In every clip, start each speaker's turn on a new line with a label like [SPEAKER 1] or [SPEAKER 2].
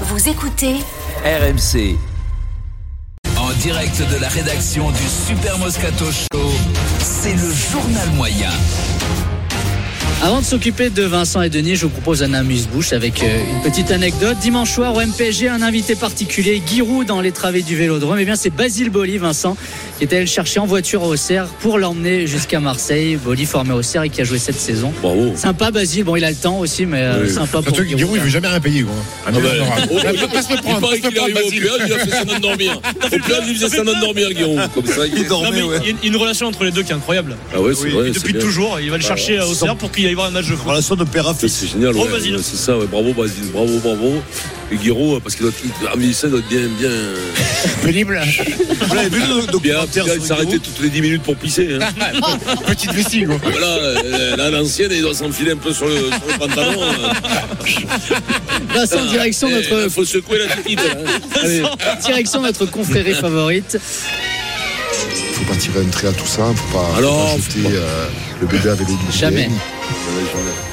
[SPEAKER 1] Vous écoutez
[SPEAKER 2] RMC. En direct de la rédaction du Super Moscato Show, c'est le journal moyen.
[SPEAKER 3] Avant de s'occuper de Vincent et Denis, je vous propose un amuse-bouche avec euh, une petite anecdote. Dimanche soir au MPG, un invité particulier, Giroud dans les travées du Vélodrome. Eh bien, c'est Basile Boli, Vincent, qui était allé le chercher en voiture à Auxerre pour l'emmener jusqu'à Marseille. Boli formé à Auxerre et qui a joué cette saison.
[SPEAKER 4] Bravo.
[SPEAKER 3] Sympa Basile, bon il a le temps aussi, mais euh,
[SPEAKER 4] Oui.
[SPEAKER 3] sympa pour
[SPEAKER 5] Surtout que Giroud, il veut jamais rien payer, quoi. Ah,
[SPEAKER 4] Ah
[SPEAKER 5] non,
[SPEAKER 4] bah,
[SPEAKER 5] non,
[SPEAKER 4] oh,
[SPEAKER 5] non, non, Passe le
[SPEAKER 4] Il
[SPEAKER 5] prendre,
[SPEAKER 4] paraît
[SPEAKER 5] passe le
[SPEAKER 4] qu'il
[SPEAKER 5] prendre,
[SPEAKER 4] est arrivé au
[SPEAKER 5] vas-y.
[SPEAKER 4] péage, il a fait son homme dormir. Au péage, il faisait son homme dormir, Guillaume. Comme ça, il est-
[SPEAKER 6] Non, Ah, mais il y a une- une relation entre les deux qui est incroyable.
[SPEAKER 4] Ah ouais, c'est
[SPEAKER 6] Oui,
[SPEAKER 4] vrai.
[SPEAKER 6] et
[SPEAKER 4] c'est
[SPEAKER 6] depuis
[SPEAKER 4] bien. Bah,
[SPEAKER 6] toujours, il va le chercher à Auxerre pour qu'il aille voir un match de foot. Relation de père à
[SPEAKER 4] Ça, C'est génial.
[SPEAKER 6] Bravo,
[SPEAKER 4] ouais.
[SPEAKER 6] Basile.
[SPEAKER 4] Ouais, C'est ça, ouais. bravo Basile, bravo, bravo. Et Guiraud, parce qu'il doit, il- à Millicent, il doit être bien, bien,
[SPEAKER 5] Pénible.
[SPEAKER 6] Vous l'avez vu le
[SPEAKER 4] bien,
[SPEAKER 6] documentaire
[SPEAKER 4] bien
[SPEAKER 6] sur
[SPEAKER 4] il s'arrêtait
[SPEAKER 6] Giroud
[SPEAKER 4] toutes les 10 minutes pour pisser. hein.
[SPEAKER 5] Petite vessie, quoi.
[SPEAKER 4] voilà, euh, là, l'ancienne, il doit s'enfiler un peu sur le, sur le pantalon.
[SPEAKER 3] Vincent,
[SPEAKER 5] Ah,
[SPEAKER 3] direction notre
[SPEAKER 4] Il Eh, faut secouer la petite. hein. Allez.
[SPEAKER 3] Direction notre confrérie favorite.
[SPEAKER 7] faut pas tirer un trait à tout ça, faut pas, faut
[SPEAKER 4] Alors,
[SPEAKER 7] pas
[SPEAKER 4] faut
[SPEAKER 7] jeter
[SPEAKER 4] pas.
[SPEAKER 7] euh, le bébé avec l'eau du
[SPEAKER 3] Jamais.
[SPEAKER 7] bébé.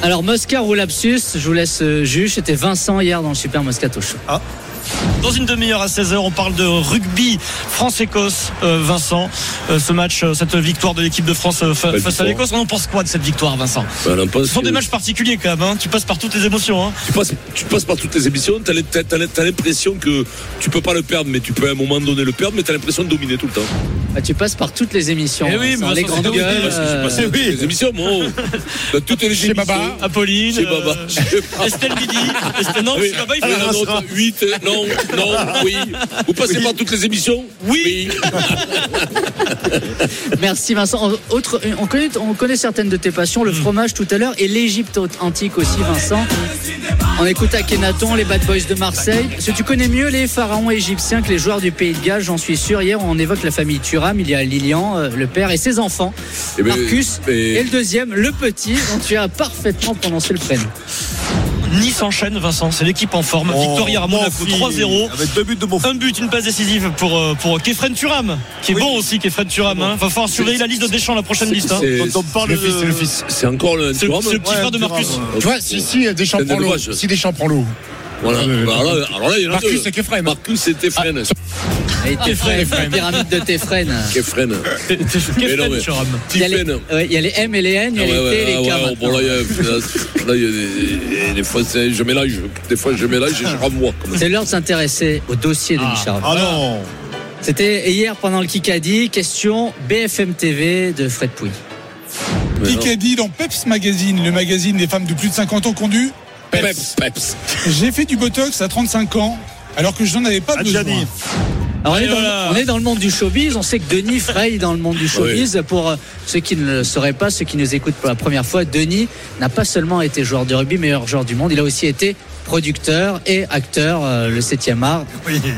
[SPEAKER 3] Alors, Moscar ou Lapsus, je vous laisse euh, juge. C'était Vincent hier dans le Super Moscato Show.
[SPEAKER 6] Dans une demi-heure à 16h, on parle de rugby France-Écosse. Euh, Vincent, euh, ce match, euh, cette victoire de l'équipe de France euh, fa-
[SPEAKER 4] Belle
[SPEAKER 6] face à
[SPEAKER 4] victoire.
[SPEAKER 6] l'Écosse, on en pense quoi de cette victoire, Vincent
[SPEAKER 4] Bah, on en pense
[SPEAKER 6] Ce sont
[SPEAKER 4] que-
[SPEAKER 6] des matchs particuliers quand même, hein, qui passent par toutes les émotions. hein.
[SPEAKER 4] tu passes, tu passes par toutes les émissions, t'as l'im- t'as- t'as l'im- t'as l'impression que tu peux pas le perdre, mais tu peux à un moment donné le perdre, mais t'as l'impression de dominer tout le temps.
[SPEAKER 3] Bah, tu passes par toutes les émissions.
[SPEAKER 6] Eh oui,
[SPEAKER 3] Vincent.
[SPEAKER 6] mais
[SPEAKER 3] les
[SPEAKER 6] Vincent,
[SPEAKER 3] grandes
[SPEAKER 6] c'est
[SPEAKER 3] gueules.
[SPEAKER 4] Parce que j'ai passé
[SPEAKER 3] euh,
[SPEAKER 4] toutes les émissions, moi. oh. Dans toutes les émissions.
[SPEAKER 5] Baba.
[SPEAKER 6] Apolline,
[SPEAKER 4] Chez Baba.
[SPEAKER 6] euh,
[SPEAKER 4] Chez Baba.
[SPEAKER 6] Estelle Midi, Estelle- non,
[SPEAKER 4] Oui. Ah,
[SPEAKER 6] chez Baba, il
[SPEAKER 4] Oui,
[SPEAKER 6] fait
[SPEAKER 4] non,
[SPEAKER 6] un autre.
[SPEAKER 4] non, huit, euh, non, non, oui. Vous passez par toutes les émissions
[SPEAKER 6] Oui.
[SPEAKER 3] Merci Vincent. En- Autre, on, connaît, on connaît certaines de tes passions,
[SPEAKER 6] Hmm.
[SPEAKER 3] le fromage tout à l'heure et l'Égypte antique aussi Vincent. On écoute Akhenaton, les Bad Boys de Marseille. Parce que tu connais mieux les pharaons égyptiens que les joueurs du Pays de Galles, j'en suis sûr. Hier on évoque la famille Turam, il y a Lilian, euh, le père et ses enfants.
[SPEAKER 4] Eh ben,
[SPEAKER 3] Marcus
[SPEAKER 4] mais-
[SPEAKER 3] et le deuxième, le petit, dont tu as parfaitement prononcé le prénom.
[SPEAKER 6] Nice enchaîne, Vincent, c'est l'équipe en forme.
[SPEAKER 4] Oh,
[SPEAKER 6] Victoire hier à Monaco
[SPEAKER 4] Ah
[SPEAKER 6] 3-0.
[SPEAKER 4] bah,
[SPEAKER 8] Avec deux buts de mon
[SPEAKER 6] Un but, une passe décisive pour, euh, pour Kefren Turam, qui est bon aussi, Kefren Turam. hein. Va falloir surveiller la liste de Deschamps, la prochaine liste. hein.
[SPEAKER 4] C'est-
[SPEAKER 8] Quand on parle
[SPEAKER 5] le fils, c'est le fils.
[SPEAKER 4] C'est encore le.
[SPEAKER 6] C'est le, c'est le petit
[SPEAKER 8] Ouais,
[SPEAKER 6] frère de
[SPEAKER 8] Thuram,
[SPEAKER 6] Marcus.
[SPEAKER 8] ouais.
[SPEAKER 5] Tu vois, si, si Deschamps
[SPEAKER 4] C'est
[SPEAKER 5] prend l'eau,
[SPEAKER 4] dommage.
[SPEAKER 5] si Deschamps prend l'eau.
[SPEAKER 4] Voilà. Bah,
[SPEAKER 5] Euh,
[SPEAKER 4] Alors là, alors là, il y en a
[SPEAKER 5] Marcus,
[SPEAKER 4] deux.
[SPEAKER 5] c'est Kefren.
[SPEAKER 4] Marcus, c'est Tefren.
[SPEAKER 3] Et Téfren, la
[SPEAKER 5] Téfren.
[SPEAKER 3] pyramide de Téfren.
[SPEAKER 4] Kefren. Mais non,
[SPEAKER 6] Kefren
[SPEAKER 4] mais-
[SPEAKER 6] Thuram.
[SPEAKER 3] Il y, a les,
[SPEAKER 4] Tiffen.
[SPEAKER 3] ouais, il y a les M et les N, il y a
[SPEAKER 4] Ah ouais,
[SPEAKER 3] les T
[SPEAKER 4] ouais,
[SPEAKER 3] et les K.
[SPEAKER 4] ouais, ouais,
[SPEAKER 3] maintenant.
[SPEAKER 4] bon, là, il y a- là, il y a des- des- des fois, c'est- je mélange. Des fois, je mélange et je renvoie. comme ça.
[SPEAKER 3] C'est l'heure de s'intéresser au dossier de Michel.
[SPEAKER 8] Ah non
[SPEAKER 3] C'était hier pendant le Kikadi, question BFM TV de Fred Pouy.
[SPEAKER 9] Kikadi dans Peps Magazine, le magazine des femmes de plus de 50 ans conduit.
[SPEAKER 4] Peps, peps.
[SPEAKER 9] J'ai fait du Botox à 35 ans, alors que je n'en avais pas
[SPEAKER 8] Ah,
[SPEAKER 9] besoin.
[SPEAKER 8] Gianni.
[SPEAKER 3] Alors on est,
[SPEAKER 6] Allez,
[SPEAKER 3] dans,
[SPEAKER 6] voilà.
[SPEAKER 3] on est dans le monde du showbiz, on sait que Denis Frey est dans le monde du showbiz. Pour euh, ceux qui ne le sauraient pas, ceux qui nous écoutent pour la première fois, Denis n'a pas seulement été joueur de rugby, meilleur joueur du monde, il a aussi été producteur et acteur, euh, le 7e art.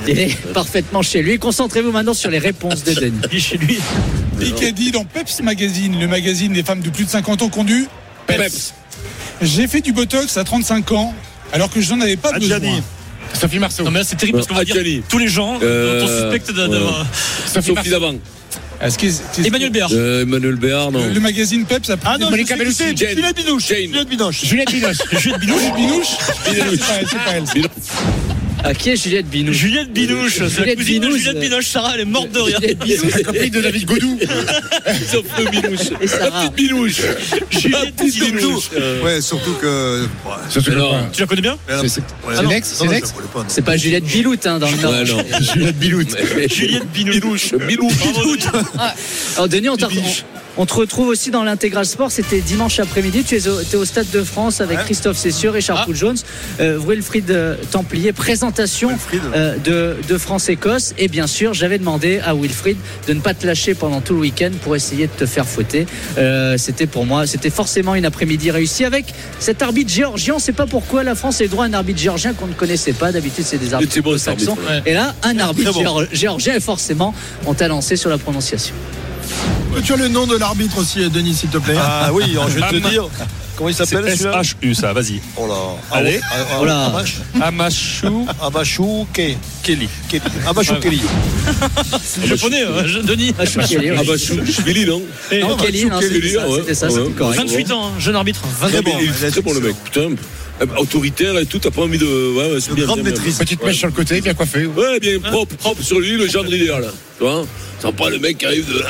[SPEAKER 3] Il est parfaitement chez lui. Concentrez-vous maintenant sur les réponses de Denis.
[SPEAKER 6] Il est chez lui.
[SPEAKER 9] Kikadi dans Peps Magazine, le magazine des femmes de plus de 50 ans conduit.
[SPEAKER 4] Peps.
[SPEAKER 9] J'ai fait du Botox à 35 ans, alors que je n'en avais pas
[SPEAKER 8] Ah,
[SPEAKER 9] besoin.
[SPEAKER 8] Gianni.
[SPEAKER 5] Sophie Marceau.
[SPEAKER 6] Non, mais là, c'est terrible parce qu'on va dire
[SPEAKER 4] Akali.
[SPEAKER 6] tous les gens
[SPEAKER 4] Euh,
[SPEAKER 6] dont on suspecte d'a-
[SPEAKER 4] ouais.
[SPEAKER 6] d'avoir.
[SPEAKER 4] Sophie d'avant.
[SPEAKER 9] Ah, ce qui est- ce
[SPEAKER 5] Eh
[SPEAKER 9] qui est-
[SPEAKER 6] Emmanuel Béard.
[SPEAKER 4] Euh, Emmanuel Béard, non.
[SPEAKER 5] ben,
[SPEAKER 9] le, le magazine Peps a
[SPEAKER 8] Ah non, je
[SPEAKER 5] Monica
[SPEAKER 8] sais qui
[SPEAKER 5] Bellucci.
[SPEAKER 8] c'est,
[SPEAKER 4] Jane.
[SPEAKER 8] Juliette Binoche.
[SPEAKER 4] Jane.
[SPEAKER 8] Juliette Binoche.
[SPEAKER 5] Juliette Binoche.
[SPEAKER 6] Juliette Binoche.
[SPEAKER 9] Binouche C'est pas elle, c'est pas elle.
[SPEAKER 3] À qui est Juliette Binoche
[SPEAKER 6] Juliette Binoche. C'est la
[SPEAKER 3] Juliette
[SPEAKER 6] cousine de
[SPEAKER 3] Binoche.
[SPEAKER 6] Juliette Binoche. Sarah, elle est morte de rire.
[SPEAKER 3] Juliette Binoche.
[SPEAKER 5] La copine de David Godou.
[SPEAKER 4] Sauf le Binouche.
[SPEAKER 3] Et Sarah.
[SPEAKER 4] La petite Binouche. La
[SPEAKER 6] Juliette
[SPEAKER 4] petite Binouche. Euh,
[SPEAKER 8] Ouais, surtout que.
[SPEAKER 5] Ça, tu le
[SPEAKER 4] Alors,
[SPEAKER 5] vois.
[SPEAKER 6] Tu la connais bien
[SPEAKER 5] C'est- c'est- c'est Nex, c'est Nex
[SPEAKER 3] C'est pas Juliette Biloute hein, dans le Nord.
[SPEAKER 4] Ouais, non.
[SPEAKER 5] Juliette Biloute.
[SPEAKER 4] Mais-
[SPEAKER 6] Juliette Binoche.
[SPEAKER 4] Bilou.
[SPEAKER 6] Bravo,
[SPEAKER 3] Alors Denis, on, t'a- on- on te retrouve aussi dans l'intégral sport. C'était dimanche après-midi. Tu es au, t'es au Stade de France avec Christophe Cessieux, Richard Poul Jones, euh, Wilfried euh, Templier. Présentation
[SPEAKER 8] Wilfried.
[SPEAKER 3] euh, de, de France-Écosse. Et bien sûr, j'avais demandé à Wilfried de ne pas te lâcher pendant tout le week-end pour essayer de te faire fouetter. Euh, c'était pour moi, c'était forcément une après-midi réussie avec cet arbitre géorgien. On ne sait pas pourquoi la France est droit à un arbitre géorgien qu'on ne connaissait pas. D'habitude, c'est des
[SPEAKER 4] Il
[SPEAKER 3] arbitres
[SPEAKER 4] était bon, cet arbitre,
[SPEAKER 3] saxons.
[SPEAKER 4] ouais.
[SPEAKER 3] Et là, un arbitre
[SPEAKER 8] bon.
[SPEAKER 3] géor- géorgien. Et forcément, on t'a lancé sur la prononciation.
[SPEAKER 8] Tu as le nom de l'arbitre aussi, Denis, s'il te plaît. Ah oui, alors, je vais te dire. Comment il s'appelle celui-là
[SPEAKER 10] SHU, ça, vas-y.
[SPEAKER 8] Oh là.
[SPEAKER 10] Allez.
[SPEAKER 3] Oh là.
[SPEAKER 10] Amachou.
[SPEAKER 8] Abachou Kelly. Abachou Kelly.
[SPEAKER 6] Je japonais, euh, je- Denis.
[SPEAKER 3] Ah, je suis Kelly, ouais.
[SPEAKER 4] Ah bah, Chou- Chouchvili, non
[SPEAKER 3] Non, Kelly, non,
[SPEAKER 4] Chouchvili,
[SPEAKER 3] c'était ça,
[SPEAKER 4] ouais.
[SPEAKER 3] c'était ça, c'était
[SPEAKER 4] Ouais.
[SPEAKER 3] correct.
[SPEAKER 6] 28 ans, hein, jeune arbitre.
[SPEAKER 4] Très
[SPEAKER 6] 28
[SPEAKER 4] bon,
[SPEAKER 6] ans.
[SPEAKER 4] il est très bon le mec. Putain, euh, autoritaire et tout, t'as pas envie de. Ouais, ouais, c'est
[SPEAKER 8] De
[SPEAKER 4] bien,
[SPEAKER 8] grande
[SPEAKER 4] bien, bien.
[SPEAKER 8] maîtrise.
[SPEAKER 5] Petite mèche sur le côté, bien coiffée.
[SPEAKER 4] Ouais, bien propre, propre sur lui, le genre idéal. Tu vois C'est pas le mec qui arrive de.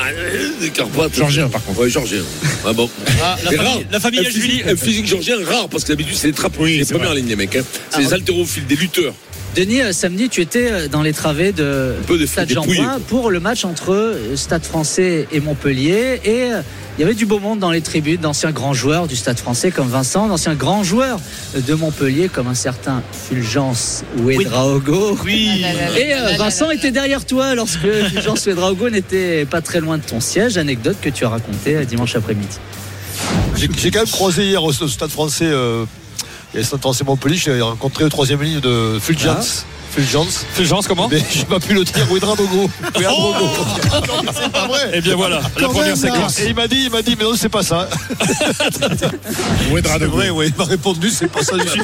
[SPEAKER 4] des Carpates.
[SPEAKER 5] Georgien, par contre.
[SPEAKER 4] Ouais, Georgien. Ah bon.
[SPEAKER 6] Ah, la
[SPEAKER 4] C'est
[SPEAKER 6] famille-
[SPEAKER 4] rare.
[SPEAKER 6] la famille
[SPEAKER 4] un physique,
[SPEAKER 6] Julie.
[SPEAKER 4] un physique georgien rare parce que d'habitude c'est les trappes,
[SPEAKER 5] Oui,
[SPEAKER 4] les
[SPEAKER 5] c'est
[SPEAKER 4] premières
[SPEAKER 5] vrai.
[SPEAKER 4] lignes les mecs. hein. C'est
[SPEAKER 3] Ah,
[SPEAKER 4] les
[SPEAKER 3] ouais.
[SPEAKER 4] haltérophiles, des lutteurs.
[SPEAKER 3] Denis, euh, samedi, tu étais euh, dans les travées de
[SPEAKER 4] peu des-
[SPEAKER 3] Stade
[SPEAKER 4] des
[SPEAKER 3] jean
[SPEAKER 4] pouilles.
[SPEAKER 3] pour le match entre euh, Stade français et Montpellier. Et euh, il y avait du beau monde dans les tribunes, d'anciens grands joueurs du Stade français comme Vincent, d'anciens grands joueurs de Montpellier comme un certain Fulgence Ouedraogo.
[SPEAKER 6] Oui.
[SPEAKER 3] Et euh, Vincent était derrière toi lorsque Fulgence Ouedraogo n'était pas très loin de ton siège. Anecdote que tu as racontée euh, dimanche après-midi.
[SPEAKER 8] J'ai j'ai quand même croisé hier au au stade français, euh, et stade français Montpellier, j'ai rencontré le troisième ligne de Fulgence. Fulgence.
[SPEAKER 10] Fulgence, comment
[SPEAKER 8] Mais j'ai pas pu le dire, Ouedra Dogo. Ouedra Dogo. Oh C'est pas vrai.
[SPEAKER 10] Eh bien voilà, la
[SPEAKER 8] Quand
[SPEAKER 10] première
[SPEAKER 8] même, là.
[SPEAKER 10] séquence.
[SPEAKER 8] Et il m'a dit, il m'a dit, mais non, c'est pas ça.
[SPEAKER 5] Où est Drago
[SPEAKER 8] Ouais, ouais, il m'a répondu, c'est pas ça du tout.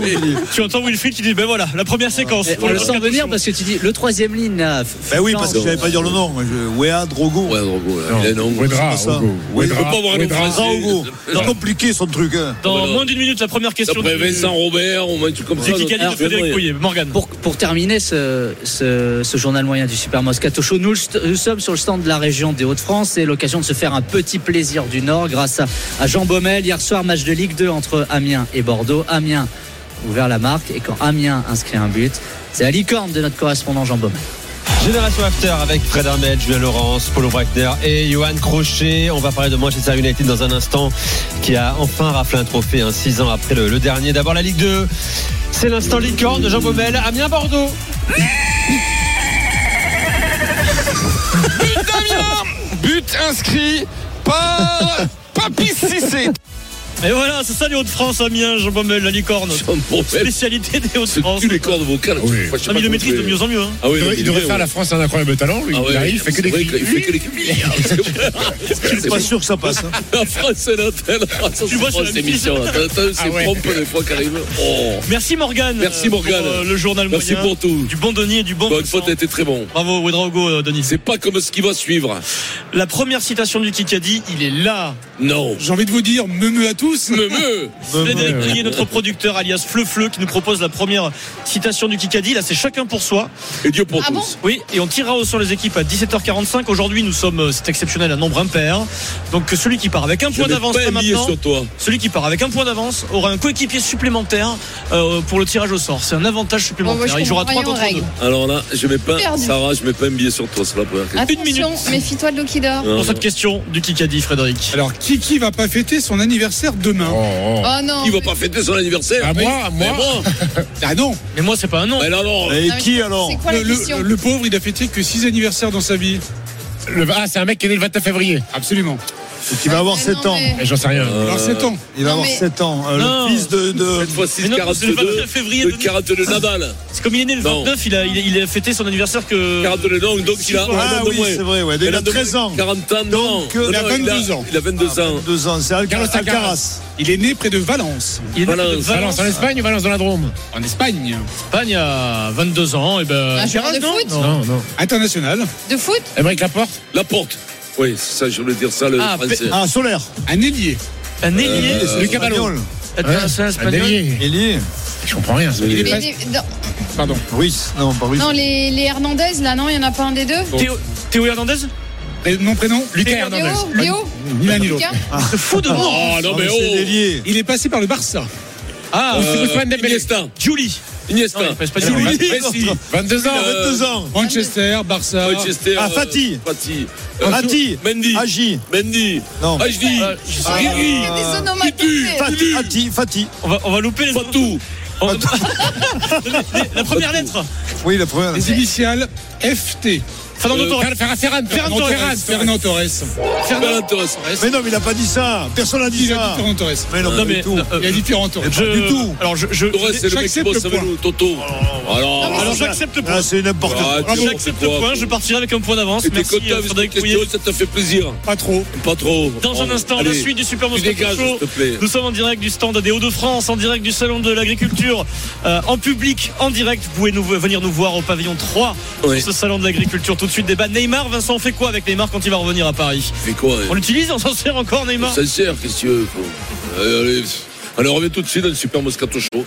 [SPEAKER 6] Tu entends Wilfried qui dit ben voilà, la première séquence.
[SPEAKER 3] Et on le sent venir parce que tu dis le troisième ligne. là,
[SPEAKER 8] Ben oui, parce que
[SPEAKER 3] Fulgence.
[SPEAKER 8] je savais pas dire le nom. Ouedra Drogo.
[SPEAKER 4] Ouais, donc, ouais, il a un nom.
[SPEAKER 5] Ouedra,
[SPEAKER 8] c'est pas ça.
[SPEAKER 5] Ogo.
[SPEAKER 8] Oui,
[SPEAKER 4] on peut pas avoir un nom
[SPEAKER 5] Ouedra.
[SPEAKER 4] français.
[SPEAKER 8] Drogo.
[SPEAKER 4] Non.
[SPEAKER 8] C'est compliqué son truc. hein.
[SPEAKER 6] Dans
[SPEAKER 4] Ah bah non.
[SPEAKER 6] moins d'une minute, la première question.
[SPEAKER 4] Après
[SPEAKER 6] du-
[SPEAKER 4] Vincent Ah, Robert, on met un truc comme ça.
[SPEAKER 6] C'est qui
[SPEAKER 4] donc,
[SPEAKER 6] qualifie
[SPEAKER 4] alors,
[SPEAKER 6] de Frédéric
[SPEAKER 5] Ah,
[SPEAKER 4] vraiment,
[SPEAKER 6] Pouillet Morgane.
[SPEAKER 3] Pour, pour terminer ce, ce- ce journal moyen du Super Moscato Show, nous, le st- nous sommes sur le stand de la région des Hauts-de-France. C'est l'occasion de se faire un petit plaisir du Nord grâce à, à Jean Baumel. Hier soir, match de Ligue 2 entre Amiens et Bordeaux. Amiens a ouvert la marque et quand Amiens inscrit un but, c'est la licorne de notre correspondant Jean Baumel.
[SPEAKER 1] Génération After avec Fred Armel, Julien Laurence, Paulo Wagner et Johan Crochet. On va parler de Manchester United dans un instant qui a enfin raflé un trophée hein, six ans après le, le dernier. D'abord la Ligue 2. C'est l'instant licorne de Jean Baumel, Amiens Bordeaux.
[SPEAKER 10] But inscrit par Papy Cissé.
[SPEAKER 6] Et voilà, c'est ça les Hauts-de-France, Amiens, Jean Baumel, la licorne.
[SPEAKER 4] Jean
[SPEAKER 6] Eh,
[SPEAKER 4] Baumel,
[SPEAKER 6] Spécialité des
[SPEAKER 4] se
[SPEAKER 6] Hauts-de-France.
[SPEAKER 4] tue les cordes vocales.
[SPEAKER 5] Oui.
[SPEAKER 4] Moi, je sais
[SPEAKER 6] Ah,
[SPEAKER 4] pas
[SPEAKER 6] mais il le
[SPEAKER 4] comment
[SPEAKER 6] maîtrise de
[SPEAKER 4] je vais-
[SPEAKER 6] mieux en mieux. hein.
[SPEAKER 4] Ah oui,
[SPEAKER 5] Il devrait- il devrait
[SPEAKER 4] ouais.
[SPEAKER 5] faire la France un incroyable talent, lui.
[SPEAKER 4] Ah ouais,
[SPEAKER 5] Il arrive, il fait que des
[SPEAKER 4] c'est vrai
[SPEAKER 5] cris.
[SPEAKER 4] qu'il fait que des
[SPEAKER 8] Je suis pas
[SPEAKER 4] cris.
[SPEAKER 8] sûr que ça passe. hein.
[SPEAKER 4] La France, c'est l'antenne.
[SPEAKER 6] Tu vois, sur la mise.
[SPEAKER 5] Ah ouais.
[SPEAKER 4] C'est pompe des fois qui arrivent. Oh.
[SPEAKER 6] Merci Morgane.
[SPEAKER 4] Merci,
[SPEAKER 6] euh,
[SPEAKER 4] Morgane.
[SPEAKER 6] pour, euh, le journal
[SPEAKER 4] Merci
[SPEAKER 6] moyen.
[SPEAKER 4] pour tout.
[SPEAKER 6] Du bon Denis et du bon.
[SPEAKER 4] Bonne
[SPEAKER 6] Vincent.
[SPEAKER 4] fois, t'as été très bon.
[SPEAKER 6] Bravo, Wedraogo, euh, Denis.
[SPEAKER 4] C'est pas comme ce qui va suivre.
[SPEAKER 6] La première citation du Kikadi, il est là.
[SPEAKER 4] Non.
[SPEAKER 9] J'ai envie de vous dire, me me à tous.
[SPEAKER 4] Me me.
[SPEAKER 6] Frédéric Crier, notre producteur alias Fleu Fleu, qui nous propose la première citation du Kikadi. Là, c'est chacun pour soi.
[SPEAKER 4] Et Dieu pour
[SPEAKER 11] Ah bon
[SPEAKER 4] tous.
[SPEAKER 6] Oui, et on tirera au sort les équipes à 17h45. Aujourd'hui, nous sommes, euh, c'est exceptionnel, un nombre impair. Donc, que celui qui part avec un
[SPEAKER 4] Je
[SPEAKER 6] point
[SPEAKER 4] n'ai
[SPEAKER 6] d'avance
[SPEAKER 4] pas
[SPEAKER 6] là
[SPEAKER 4] un billet
[SPEAKER 6] maintenant,
[SPEAKER 4] sur toi.
[SPEAKER 6] celui qui part avec un point d'avance aura un coéquipier supplémentaire euh, pour le tirage au sort. C'est un avantage
[SPEAKER 11] Bon, moi,
[SPEAKER 6] supplémentaire.
[SPEAKER 11] je
[SPEAKER 6] Il jouera 3
[SPEAKER 11] comprends
[SPEAKER 6] contre
[SPEAKER 11] rien
[SPEAKER 6] 2.
[SPEAKER 11] aux règles.
[SPEAKER 4] Alors là, je mets pas,
[SPEAKER 11] Perdu.
[SPEAKER 4] Sarah, je mets pas un billet sur toi, c'est la première question.
[SPEAKER 6] Une minute.
[SPEAKER 11] Attention, méfie-toi de l'eau qui dort.
[SPEAKER 4] Non,
[SPEAKER 6] Pour
[SPEAKER 4] non.
[SPEAKER 6] cette question du Kikadi, Frédéric.
[SPEAKER 9] Alors, Kiki va pas fêter son anniversaire demain.
[SPEAKER 5] Oh, oh.
[SPEAKER 11] Oh non.
[SPEAKER 4] Qui va pas fêter son anniversaire?
[SPEAKER 5] À moi, à
[SPEAKER 4] Mais
[SPEAKER 5] moi.
[SPEAKER 4] moi.
[SPEAKER 9] Ah non,
[SPEAKER 6] Mais moi, c'est pas un nom.
[SPEAKER 4] Mais non, non.
[SPEAKER 8] Et
[SPEAKER 11] Non, mais
[SPEAKER 8] qui alors
[SPEAKER 11] C'est quoi
[SPEAKER 9] le,
[SPEAKER 11] la
[SPEAKER 9] le-
[SPEAKER 11] question
[SPEAKER 9] le pauvre, il a fêté que 6 anniversaires dans sa vie.
[SPEAKER 5] Le- Ah, c'est un mec qui est né le 29 février. Euh.
[SPEAKER 9] Absolument.
[SPEAKER 8] Qui va avoir
[SPEAKER 11] Mais
[SPEAKER 8] 7
[SPEAKER 11] Eh non,
[SPEAKER 8] ans.
[SPEAKER 11] mais-
[SPEAKER 5] Mais J'en sais rien.
[SPEAKER 9] Alors, 7 ans.
[SPEAKER 8] Il va
[SPEAKER 11] Non,
[SPEAKER 8] avoir
[SPEAKER 11] mais-
[SPEAKER 8] 7 ans. Euh,
[SPEAKER 6] Non.
[SPEAKER 8] Le fils de. de-
[SPEAKER 4] Cette fois-ci,
[SPEAKER 6] Mais non, c'est le 29
[SPEAKER 4] 42.
[SPEAKER 6] février.
[SPEAKER 4] Le
[SPEAKER 6] Denis.
[SPEAKER 4] 42 Nadal.
[SPEAKER 6] C'est comme il est né le
[SPEAKER 4] Non.
[SPEAKER 6] 29, il a, il, a, il a fêté son anniversaire que.
[SPEAKER 4] 42 donc, donc il a un
[SPEAKER 8] Ah
[SPEAKER 4] an de
[SPEAKER 8] oui, c'est
[SPEAKER 4] moins.
[SPEAKER 8] vrai, ouais. Il a 13 ans.
[SPEAKER 4] 40 ans, non.
[SPEAKER 8] Donc, euh,
[SPEAKER 4] Non,
[SPEAKER 8] il a Ah,
[SPEAKER 4] non,
[SPEAKER 9] 22 ans.
[SPEAKER 4] Il a 22 ans.
[SPEAKER 8] 2 ans, c'est Alca-
[SPEAKER 5] Carlos Alcaraz.
[SPEAKER 8] Alcaraz.
[SPEAKER 9] Il est né près de Valence,
[SPEAKER 6] Il est né
[SPEAKER 4] Valence.
[SPEAKER 6] de
[SPEAKER 5] Valence en Espagne ou Valence dans la Drôme
[SPEAKER 9] en Espagne.
[SPEAKER 6] Espagne à 22 ans. Et ben.
[SPEAKER 11] Un joueur de
[SPEAKER 6] Alcaraz, non
[SPEAKER 11] foot
[SPEAKER 6] Non.
[SPEAKER 5] Non, non.
[SPEAKER 9] International.
[SPEAKER 11] De foot
[SPEAKER 5] Émeric Laporte
[SPEAKER 4] La porte. Oui, c'est ça, je voulais dire ça, le
[SPEAKER 6] Ah,
[SPEAKER 4] français.
[SPEAKER 8] Ah, Solaire.
[SPEAKER 9] Un ailier.
[SPEAKER 6] Un ailier.
[SPEAKER 8] Le Caballo.
[SPEAKER 6] Attends, Euh, c'est un
[SPEAKER 5] Un
[SPEAKER 6] espagnol.
[SPEAKER 5] ailier.
[SPEAKER 8] Elie.
[SPEAKER 5] Je comprends rien. ce-
[SPEAKER 11] Mais
[SPEAKER 4] Euh,
[SPEAKER 9] pas-
[SPEAKER 11] des- non,
[SPEAKER 9] Pardon.
[SPEAKER 8] Ruiz. Non, pas Ruiz.
[SPEAKER 11] Non, les, les Hernandez, là, non, il n'y en a pas un des deux
[SPEAKER 6] Théo, Théo Hernandez
[SPEAKER 9] Pré- Nom, prénom Lucas Hernandez.
[SPEAKER 11] Léo Léo
[SPEAKER 9] Ni l'un ni l'autre.
[SPEAKER 11] Lucas
[SPEAKER 6] C'est fou de moi.
[SPEAKER 4] Oh, non,
[SPEAKER 8] Non,
[SPEAKER 4] mais
[SPEAKER 8] Ah, mais c'est
[SPEAKER 4] oh.
[SPEAKER 8] délié.
[SPEAKER 9] Il est passé par le Barça.
[SPEAKER 6] Ah, euh,
[SPEAKER 4] Euh, Iniesta.
[SPEAKER 6] Julie.
[SPEAKER 4] Iniesta.
[SPEAKER 6] Non, il passe pas
[SPEAKER 4] Julie.
[SPEAKER 6] Julie.
[SPEAKER 4] Messi.
[SPEAKER 5] 22 ans.
[SPEAKER 4] Euh,
[SPEAKER 8] 22 ans.
[SPEAKER 9] Manchester, Barça.
[SPEAKER 4] Manchester.
[SPEAKER 8] Ah,
[SPEAKER 4] euh,
[SPEAKER 8] Fati.
[SPEAKER 4] Fati. Euh,
[SPEAKER 8] Ati.
[SPEAKER 4] Mendy.
[SPEAKER 8] Agi.
[SPEAKER 4] Mendy.
[SPEAKER 8] Non.
[SPEAKER 4] Ajdi.
[SPEAKER 6] Euh, je sais-
[SPEAKER 4] Riri.
[SPEAKER 11] Il y a des onomatopées.
[SPEAKER 8] Fati. Ati. Fati.
[SPEAKER 6] On va, on va louper les
[SPEAKER 4] Fatou.
[SPEAKER 6] On va- La première lettre.
[SPEAKER 8] Oui, la première.
[SPEAKER 9] Les initiales FT.
[SPEAKER 6] Fernando Torres.
[SPEAKER 5] Fer- Ferran.
[SPEAKER 6] Ferran
[SPEAKER 9] Torres.
[SPEAKER 6] Euh, Torres. Euh,
[SPEAKER 9] Fernand Torres.
[SPEAKER 4] Fernand Torres.
[SPEAKER 8] Mais non, mais il a pas dit ça. Personne n'a dit
[SPEAKER 9] Il a
[SPEAKER 8] ça.
[SPEAKER 9] dit Ferran Torres.
[SPEAKER 8] Mais non,
[SPEAKER 6] Non,
[SPEAKER 8] pas
[SPEAKER 6] mais,
[SPEAKER 8] du tout.
[SPEAKER 6] non, euh,
[SPEAKER 9] Il a dit Ferran Torres.
[SPEAKER 8] Pas du tout.
[SPEAKER 6] Alors je, je-
[SPEAKER 4] Torres, c'est le mec qui
[SPEAKER 9] J'accepte
[SPEAKER 4] bosse
[SPEAKER 9] le
[SPEAKER 4] avec
[SPEAKER 9] point.
[SPEAKER 4] nous, Toto.
[SPEAKER 6] Oh,
[SPEAKER 4] Alors.
[SPEAKER 6] alors
[SPEAKER 8] ça-
[SPEAKER 6] j'accepte le point.
[SPEAKER 8] Ah, C'est n'importe
[SPEAKER 4] Ah,
[SPEAKER 8] quoi.
[SPEAKER 4] tu-
[SPEAKER 6] J'accepte
[SPEAKER 4] c'est
[SPEAKER 6] le
[SPEAKER 4] quoi,
[SPEAKER 6] point.
[SPEAKER 4] toi
[SPEAKER 6] Je partirai avec un point d'avance.
[SPEAKER 4] Et t'es
[SPEAKER 6] Merci
[SPEAKER 4] content
[SPEAKER 6] euh,
[SPEAKER 4] avec cette
[SPEAKER 6] Frédéric
[SPEAKER 4] question,
[SPEAKER 6] Pouillet.
[SPEAKER 4] ça t'a fait plaisir.
[SPEAKER 9] Pas trop.
[SPEAKER 4] Pas trop.
[SPEAKER 6] Dans un
[SPEAKER 4] Oh,
[SPEAKER 6] instant, la
[SPEAKER 4] allez,
[SPEAKER 6] suite du Super
[SPEAKER 4] Tu
[SPEAKER 6] Moscato
[SPEAKER 4] dégages,
[SPEAKER 6] Show.
[SPEAKER 4] s'il te plaît.
[SPEAKER 6] Nous sommes en direct du stand des Hauts-de-France, en direct du Salon de l'Agriculture, euh, en public, en direct. Vous pouvez nous, venir nous voir au pavillon 3
[SPEAKER 4] Oui.
[SPEAKER 6] sur ce Salon de l'Agriculture. Tout de suite, débat. Neymar, Vincent, on fait quoi avec Neymar quand il va revenir à Paris
[SPEAKER 4] Fais quoi hein
[SPEAKER 6] On l'utilise On s'en sert encore, Neymar
[SPEAKER 4] Sincère, qu'est-ce que tu veux quoi Euh, allez, Allez, on revient tout de suite dans le Super Moscato Show.